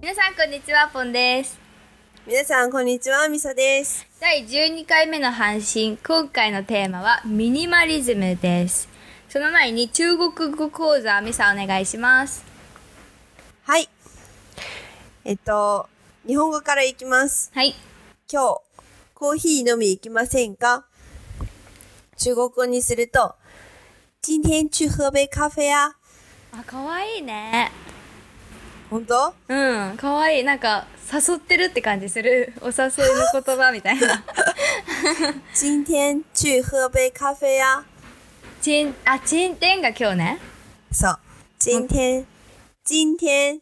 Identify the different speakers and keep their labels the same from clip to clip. Speaker 1: 皆さんこんにちはポンです
Speaker 2: 皆さんこんにちはみさです
Speaker 1: 第12回目の配信今回のテーマはミニマリズムですその前に中国語講座ミサお願いします
Speaker 2: はいえっと日本語からいきます
Speaker 1: はい
Speaker 2: 今日コーヒー飲み行きませんか中国語にすると今天去喝杯咖啡や
Speaker 1: あ可愛いね
Speaker 2: 本当
Speaker 1: うん可愛いなんか誘ってるって感じするお誘いの言葉みたい な
Speaker 2: 今天去喝杯咖啡や
Speaker 1: チンあチンテンが今日ね
Speaker 2: そう今天今天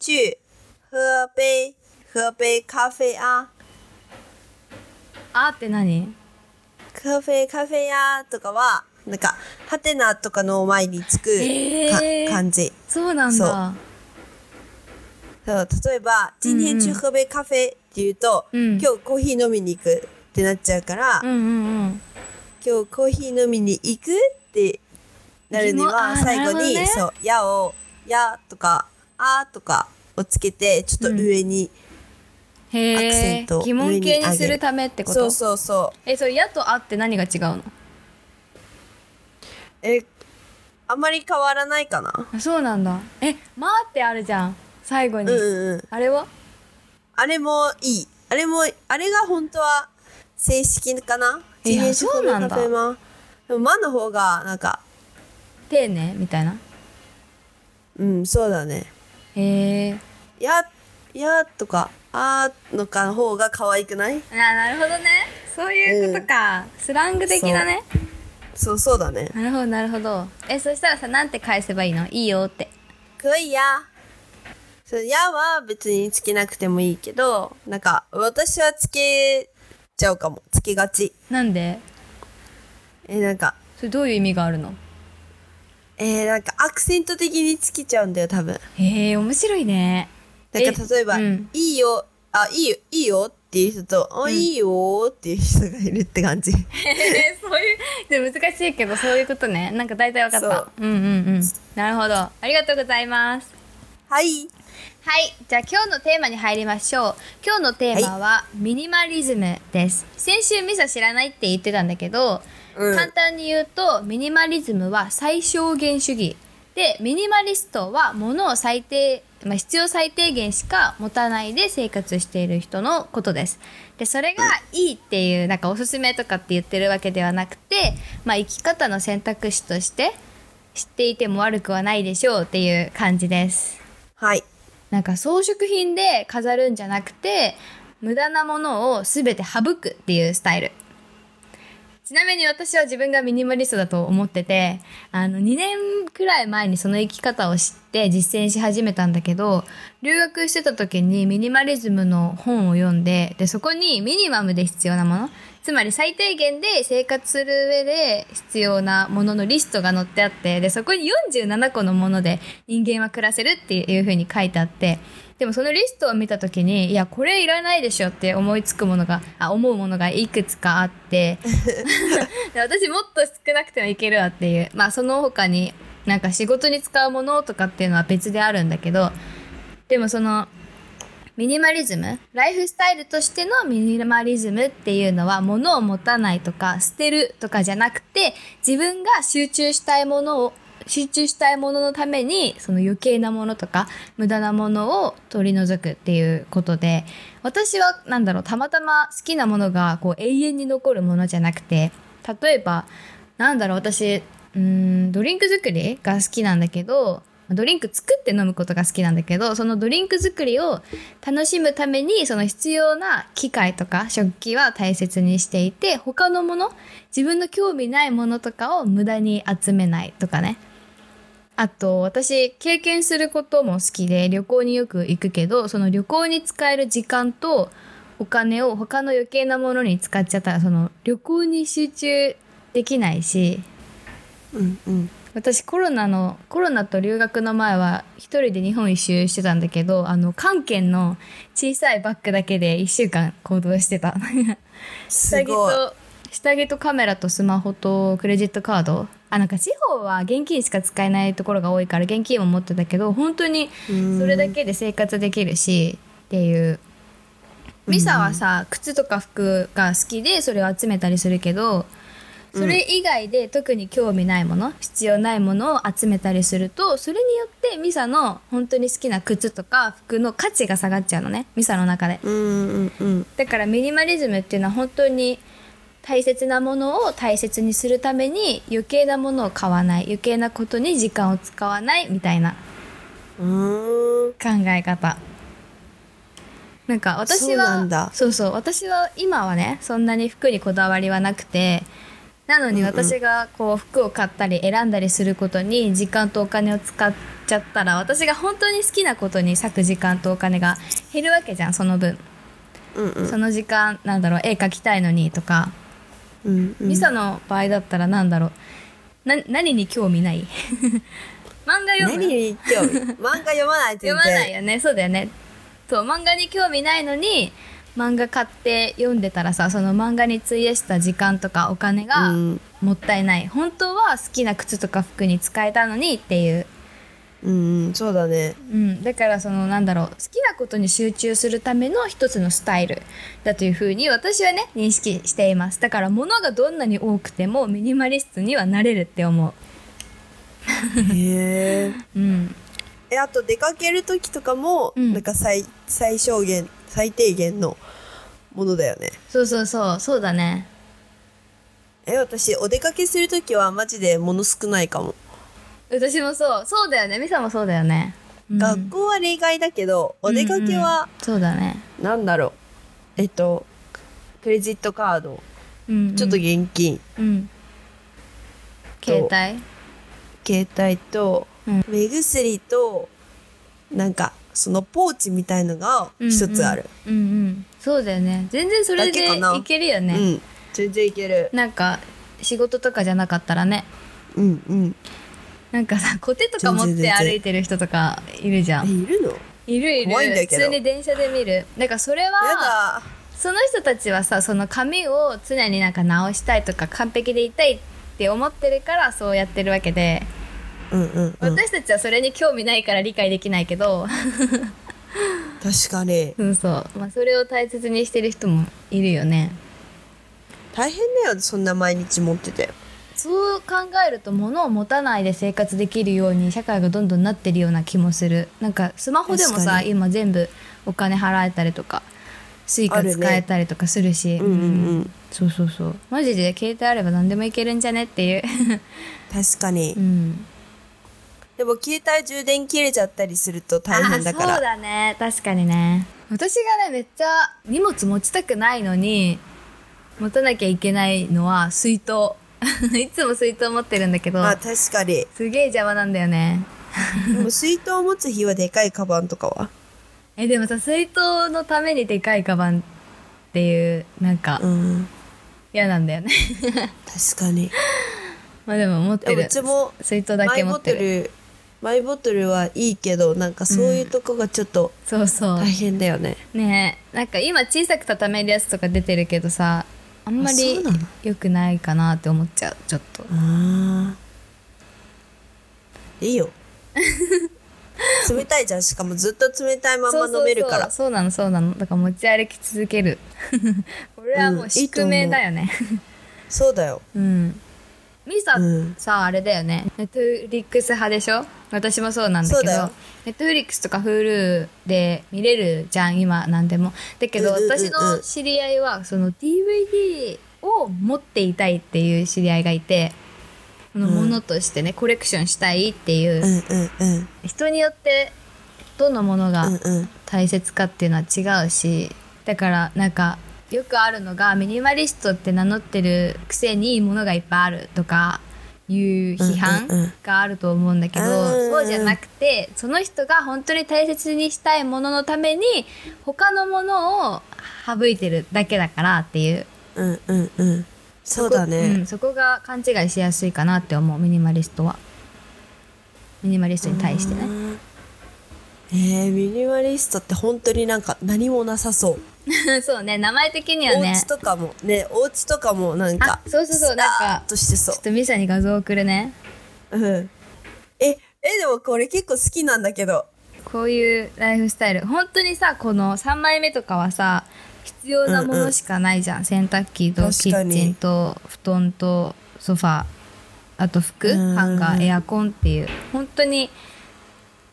Speaker 2: 去喝杯喝杯咖啡や
Speaker 1: あって何
Speaker 2: カフェカフェやとかはなんかハテナとかの前につくか、
Speaker 1: へー
Speaker 2: 感じ
Speaker 1: そうなんだ
Speaker 2: そう例えば「今天去喝杯カフェ」って言うと、
Speaker 1: うん
Speaker 2: 今日コーヒー飲みに行く」ってなっちゃうから、
Speaker 1: うんうんうん
Speaker 2: 今日コーヒー飲みに行くってなるには
Speaker 1: 疑問あー
Speaker 2: 最後に「
Speaker 1: なるほ
Speaker 2: そうや」を「や」とか「あ」とかをつけてちょっと上に、
Speaker 1: へー
Speaker 2: アクセントを
Speaker 1: 疑問形
Speaker 2: 上に上げ
Speaker 1: に
Speaker 2: る
Speaker 1: するためってこと
Speaker 2: そうそうそう
Speaker 1: えそれ「や」と「あ」って何が違うの
Speaker 2: えあんまり変わらないかな、
Speaker 1: あそうなんだえ「ま」ってあるじゃん最後に、
Speaker 2: うんうんうん
Speaker 1: あれは
Speaker 2: あれもいい。あれも、あれが本当は正式かな
Speaker 1: え
Speaker 2: 人間
Speaker 1: そうなんだ
Speaker 2: 食べまでも、まの方が、なんか、
Speaker 1: 丁寧みたいな
Speaker 2: うん、そうだね。
Speaker 1: へえ
Speaker 2: や、やとか、あーのかの方が可愛くない
Speaker 1: あなるほどねそういうことか、スラング的だね
Speaker 2: そう、そうだね。
Speaker 1: なるほどなるほどえそしたらさなんて返せばいいのいいよって
Speaker 2: 可いや。そのやは別につけなくてもいいけど、なんか、私はつけちゃうかも。つけがち。
Speaker 1: なんで
Speaker 2: え、なんか、
Speaker 1: それどういう意味があるの
Speaker 2: えーなんかアクセント的につけちゃうんだよ、多分。
Speaker 1: へえ面白いね
Speaker 2: なん か例えば、
Speaker 1: うん
Speaker 2: いいよ、あ、いいよ、いいよっていう人と、あ、いいよっていう人がいるっ て感じ。
Speaker 1: えそういうでも難しいけどそういうことねなんか大体わかっ
Speaker 2: そう
Speaker 1: たうんうんうんなるほどありがとうございます
Speaker 2: はい。
Speaker 1: はい、じゃあ今日のテーマに入りましょう。今日のテーマはミニマリズムです。先週ミサ知らないって言ってたんだけど、
Speaker 2: うん
Speaker 1: 簡単に言うとミニマリズムは最小限主義でミニマリストは物を最低、まあ、必要最低限しか持たないで生活している人のことです。でそれがいいっていうなんかおすすめとかって言ってるわけではなくて、まあ、生き方の選択肢として知っていても悪くはないでしょうっていう感じです。
Speaker 2: はい。
Speaker 1: なんか装飾品で飾るんじゃなくて無駄なものを全て省くっていうスタイルちなみに私は自分がミニマリストだと思っててあの2年くらい前にその生き方を知って実践し始めたんだけど留学してた時にミニマリズムの本を読んででそこにミニマムで必要なものつまり最低限で生活する上で必要なもののリストが載ってあってでそこに47個のもので人間は暮らせるっていうふうに書いてあってでもそのリストを見た時にいやこれいらないでしょって思いつくものがあ思うものがいくつかあってで私もっと少なくてもいけるわっていうまあその他になんか仕事に使うものとかっていうのは別であるんだけどでもそのミニマリズムライフスタイルとしてのミニマリズムっていうのは物を持たないとか捨てるとかじゃなくて自分が集中したいものを集中したいもののためにその余計なものとか無駄なものを取り除くっていうことで私はなんだろうたまたま好きなものがこう永遠に残るものじゃなくて例えばなんだろう私うーんドリンク作りが好きなんだけどドリンク作って飲むことが好きなんだけどそのドリンク作りを楽しむためにその必要な機械とか食器は大切にしていて他のもの自分の興味ないものとかを無駄に集めないとかねあと私経験することも好きで旅行によく行くけどその旅行に使える時間とお金を他の余計なものに使っちゃったらその旅行に集中できないし
Speaker 2: うんうん。
Speaker 1: 私コロナのコロナと留学の前は一人で日本一周してたんだけどあの関係の小さいバッグだけで1週間行動してた
Speaker 2: す
Speaker 1: 下着
Speaker 2: ごい。
Speaker 1: と下着とカメラとスマホとクレジットカードあなんか地方は現金しか使えないところが多いから現金も持ってたけど本当にそれだけで生活できるしっていうミサはさ靴とか服が好きでそれを集めたりするけどそれ以外で特に興味ないもの必要ないものを集めたりするとそれによってミサの本当に好きな靴とか服の価値が下がっちゃうのねミサの中で。
Speaker 2: うんうんうん
Speaker 1: だからミニマリズムっていうのは本当に大切なものを大切にするために余計なものを買わない余計なことに時間を使わないみたいな
Speaker 2: うん
Speaker 1: 考え方なんか私は
Speaker 2: そうなんだ
Speaker 1: そうそう私は今はねそんなに服にこだわりはなくてなのに私がこう服を買ったり選んだりすることに時間とお金を使っちゃったら私が本当に好きなことに割く時間とお金が減るわけじゃんその分
Speaker 2: うんうん
Speaker 1: その時間なんだろう絵描きたいのにとか、
Speaker 2: うんうん
Speaker 1: ミサの場合だったらなんだろうな何に興味ない 漫画読む
Speaker 2: 何に興 味漫画読まないと
Speaker 1: 読まないよねそうだよねそう漫画に興味ないのに漫画買って読んでたらさその漫画に費やした時間とかお金が
Speaker 2: うん
Speaker 1: もったいない、本当は好きな靴とか服に使えたのにっていう、
Speaker 2: うんうんそうだ ね
Speaker 1: うん、だからそのなんだろう好きなことに集中するための一つのスタイルだというふうに私はね認識していますだから物がどんなに多くてもミニマリストにはなれるって思
Speaker 2: へえ
Speaker 1: ううん
Speaker 2: えあと出かける時とかも、
Speaker 1: うん
Speaker 2: なんか最最小限最低限のものだよね
Speaker 1: そうそうそうそうだね
Speaker 2: え私お出かけする時はマジでもの少ないかも、
Speaker 1: 私もそうそうだよねミサもそうだよね、うん
Speaker 2: 学校は例外だけどお出かけ
Speaker 1: うん
Speaker 2: は
Speaker 1: うんそうだね、
Speaker 2: なんだろうえっとクレジットカード
Speaker 1: うんうん
Speaker 2: ちょっと現金、
Speaker 1: うん携帯
Speaker 2: 携帯と、
Speaker 1: うん
Speaker 2: 目薬となんかそのポーチみたいのが一つある、
Speaker 1: うんうんそうだよね全然それ
Speaker 2: だけ
Speaker 1: で
Speaker 2: かない
Speaker 1: けるよ
Speaker 2: うん
Speaker 1: ね
Speaker 2: 全然いける
Speaker 1: なんか仕事とかじゃなかったらね
Speaker 2: うんうん
Speaker 1: なんか さコテとか持っ
Speaker 2: 全然
Speaker 1: て
Speaker 2: 全然
Speaker 1: 歩いてる人とかいるじゃ
Speaker 2: え
Speaker 1: ん
Speaker 2: いるのや
Speaker 1: いるいる
Speaker 2: 怖いんだけ
Speaker 1: 普通
Speaker 2: ど
Speaker 1: に電車で見るなんかそれは
Speaker 2: だ
Speaker 1: その人たちはさその髪を常になんか直したいとか完璧でいたいって思ってるからそうやってるわけで
Speaker 2: うんうん、うん、確
Speaker 1: 私たちはそれに興味ないから理解できないけど
Speaker 2: かに
Speaker 1: そうそう、まあ、それを大切にしてる人もいるよね
Speaker 2: 大変だよそんな毎日持ってて
Speaker 1: そう考えると物を持たないで生活できるように社会がどんどんなってるような気もするなんかスマホでも
Speaker 2: 確か
Speaker 1: さ
Speaker 2: に
Speaker 1: 今全部お金払えたりとかスイ
Speaker 2: あ
Speaker 1: カ
Speaker 2: るね
Speaker 1: 使えたりとかするし
Speaker 2: うんうんうん
Speaker 1: そうそうそうマジで携帯あれば何でもいけるんじゃねっていう
Speaker 2: 確かに、
Speaker 1: うん
Speaker 2: でも携帯充電切れちゃったりすると大変だか
Speaker 1: あー
Speaker 2: ら
Speaker 1: そうだね確かにね私がねめっちゃ荷物持ちたくないのに持たなきゃいけないのは水筒 いつも水筒持ってるんだけど
Speaker 2: まあ確かに
Speaker 1: すげえ邪魔なんだよね
Speaker 2: でも水筒を持つ日はでかいカバンとかは
Speaker 1: えでもさ水筒のためにでかいカバンっていうなんか
Speaker 2: うん
Speaker 1: 嫌なんだよね
Speaker 2: 確かに
Speaker 1: まあでも持って
Speaker 2: でも
Speaker 1: る
Speaker 2: うちも
Speaker 1: 水筒だけ持ってる
Speaker 2: マイボトルマイボトルはいいけどなんかそういうとこがちょっと
Speaker 1: そうそう
Speaker 2: 大変だよね、
Speaker 1: ねえなんか今小さく畳めるやつとか出てるけどさあんま
Speaker 2: あそ
Speaker 1: り
Speaker 2: うなの
Speaker 1: 良くないかなって思っちゃうちょっと
Speaker 2: あーいい よ冷たいじゃんしかもずっと冷たいまんま飲めるから
Speaker 1: そうそうそうそうなのそうなのだから持ち歩き続ける これはもう
Speaker 2: うん
Speaker 1: 宿命だよね
Speaker 2: そうだよ
Speaker 1: うんミサ、
Speaker 2: うん
Speaker 1: さああれだよねネットフリックス派でしょ私もそうなんだ
Speaker 2: そ
Speaker 1: け
Speaker 2: う
Speaker 1: ど
Speaker 2: だよ
Speaker 1: ネットフリックスとか Hulu で見れるじゃん今何でもだけど
Speaker 2: うんうんうんうん
Speaker 1: 私の知り合いはその DVD を持っていたいっていう知り合いがいてこのものとしてね、コレクションしたいっていううん
Speaker 2: うんうん
Speaker 1: 人によってどのものが
Speaker 2: うんうん
Speaker 1: 大切かっていうのは違うしだからなんかよくあるのがミニマリストって名乗ってるくせにいいものがいっぱいあるとかいう批
Speaker 2: うんうんう
Speaker 1: 判
Speaker 2: ん
Speaker 1: があると思うんだけど、
Speaker 2: うんうん
Speaker 1: そうじゃなくてその人が本当に大切にしたいもののために他のものを省いてるだけだからっていう
Speaker 2: うんうんうんそうだ
Speaker 1: う
Speaker 2: ね
Speaker 1: んそこが勘違いしやすいかなって思うミニマリストはミニマリストに対してね
Speaker 2: えーミニマリストって本当になんか何もなさそう
Speaker 1: そうね、名前的には
Speaker 2: お
Speaker 1: ね。
Speaker 2: 家とかもねお家とかもなんか
Speaker 1: あそうそうそう
Speaker 2: スター
Speaker 1: なんか
Speaker 2: としてそ
Speaker 1: ちょっとミサに画像送るね。
Speaker 2: う、うん、ええでもこれ結構好きなんだけど
Speaker 1: こういうライフスタイル。本当にさ、この3枚目とかはさ、必要なものしかないじゃん。洗濯機とキ
Speaker 2: 確か
Speaker 1: ッ
Speaker 2: に
Speaker 1: チンと布団とソファー、あと服、
Speaker 2: うん
Speaker 1: ハンガー、エアコンっていう。本当に、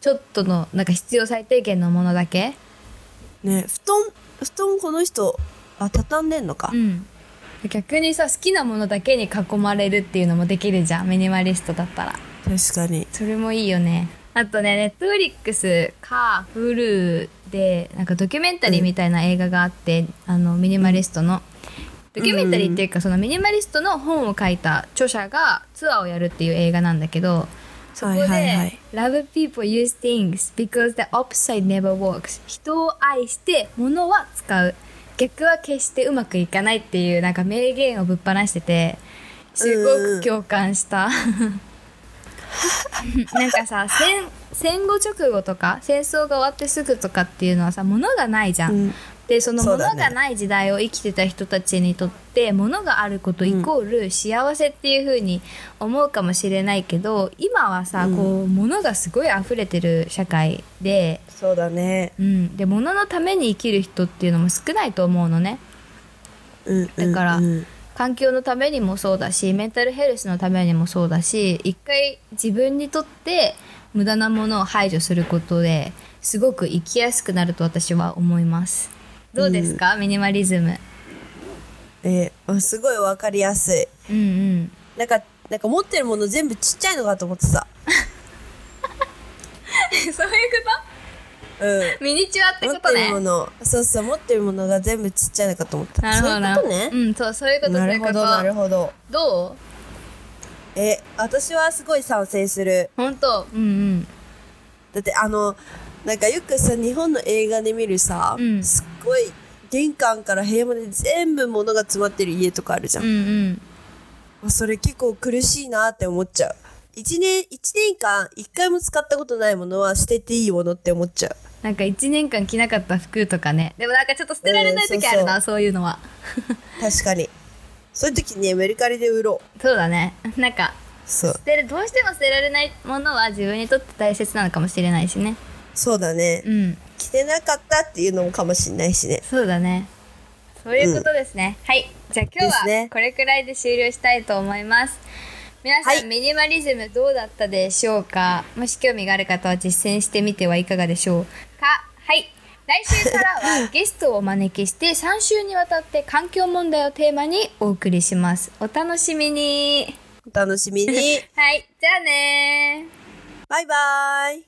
Speaker 1: ちょっとの、なんか必要最低限のものだけ。
Speaker 2: ね布団布団この人あ畳んでんのか、
Speaker 1: うん。逆にさ、好きなものだけに囲まれるっていうのもできるじゃん。ミニマリストだったら。
Speaker 2: 確かに
Speaker 1: それもいいよねあとねネットフリックスか Hulu でなんかドキュメンタリーみたいな映画があって、あのミニマリストの、ドキュメンタリーっていうかそのミニマリストの本を書いた著者がツアーをやるっていう映画なんだけどそこで、
Speaker 2: はいはいはい
Speaker 1: Love people use things because the opposite never works 人を愛して物は使う逆は決してうまくいかないっていうなんか名言をぶっ放しててすごく共感した。 なんかさ戦戦後直後とか戦争が終わってすぐとかっていうのはさ物がないじゃん。
Speaker 2: うん
Speaker 1: でその
Speaker 2: そ
Speaker 1: 物
Speaker 2: うだね
Speaker 1: がない時代を生きてた人たちにとって、物があることイコール幸せっていう風に思うかもしれないけど今はさ、
Speaker 2: うん
Speaker 1: こう物がすごい溢れてる社会で,、
Speaker 2: そうだね
Speaker 1: うん、で物のために生きる人っていうのも少ないと思うのね。
Speaker 2: うんうんうん
Speaker 1: だから
Speaker 2: うん
Speaker 1: 環境のためにもそうだしメンタルヘルスのためにもそうだし一回自分にとって無駄なものを排除することですごく生きやすくなると私は思いますどうですか、ミニマリズム
Speaker 2: えーすごいわかりやすい
Speaker 1: うんうん
Speaker 2: なんかなんか持ってるもの全部ちっちゃいのかと思ってた
Speaker 1: そういうこ
Speaker 2: うん
Speaker 1: とミニチュアって
Speaker 2: 持
Speaker 1: こ
Speaker 2: っ
Speaker 1: と
Speaker 2: て
Speaker 1: ね
Speaker 2: るものそうそう持ってるものが全部ちっちゃいのかと思った
Speaker 1: なるほどな
Speaker 2: そういうことね、
Speaker 1: うんそうそういうことそ
Speaker 2: な
Speaker 1: うい
Speaker 2: る
Speaker 1: う
Speaker 2: ほ
Speaker 1: こ
Speaker 2: どなる
Speaker 1: と
Speaker 2: ほど
Speaker 1: どう
Speaker 2: え私はすごい賛成する
Speaker 1: 本当うん
Speaker 2: だってあのなんかよくさ日本の映画で見るさ、
Speaker 1: うん
Speaker 2: すっごい玄関から部屋まで全部物が詰まってる家とかあるじゃ
Speaker 1: うんんう、んうん
Speaker 2: まあそれ結構苦しいなって思っちゃう1年一年間1回も使ったことないものは捨てていいものって思っちゃう
Speaker 1: なんか1年間着なかった服とかねでもなんかちょっと捨てられない時あるな、
Speaker 2: うん
Speaker 1: そういうのは
Speaker 2: 確かにそういう時ねメルカリで売ろう
Speaker 1: そうだねなんか
Speaker 2: そう
Speaker 1: 捨てるどうしても捨てられないものは自分にとって大切なのかもしれないしね
Speaker 2: そうだね、
Speaker 1: うん
Speaker 2: 着てなかったっていうのもかもしんないしね
Speaker 1: そうだねそういうことですね、はいじゃあ今
Speaker 2: で
Speaker 1: 日
Speaker 2: す
Speaker 1: は
Speaker 2: ね
Speaker 1: これくらいで終了したいと思います皆さん、
Speaker 2: はい
Speaker 1: ミニマリズムどうだったでしょうかもし興味がある方は実践してみてはいかがでしょうかはい来週からはゲストをお招きして3週 にわたって環境問題をテーマにお送りしますお楽しみに
Speaker 2: お楽しみ
Speaker 1: は
Speaker 2: に
Speaker 1: いじゃあねー
Speaker 2: バイバイ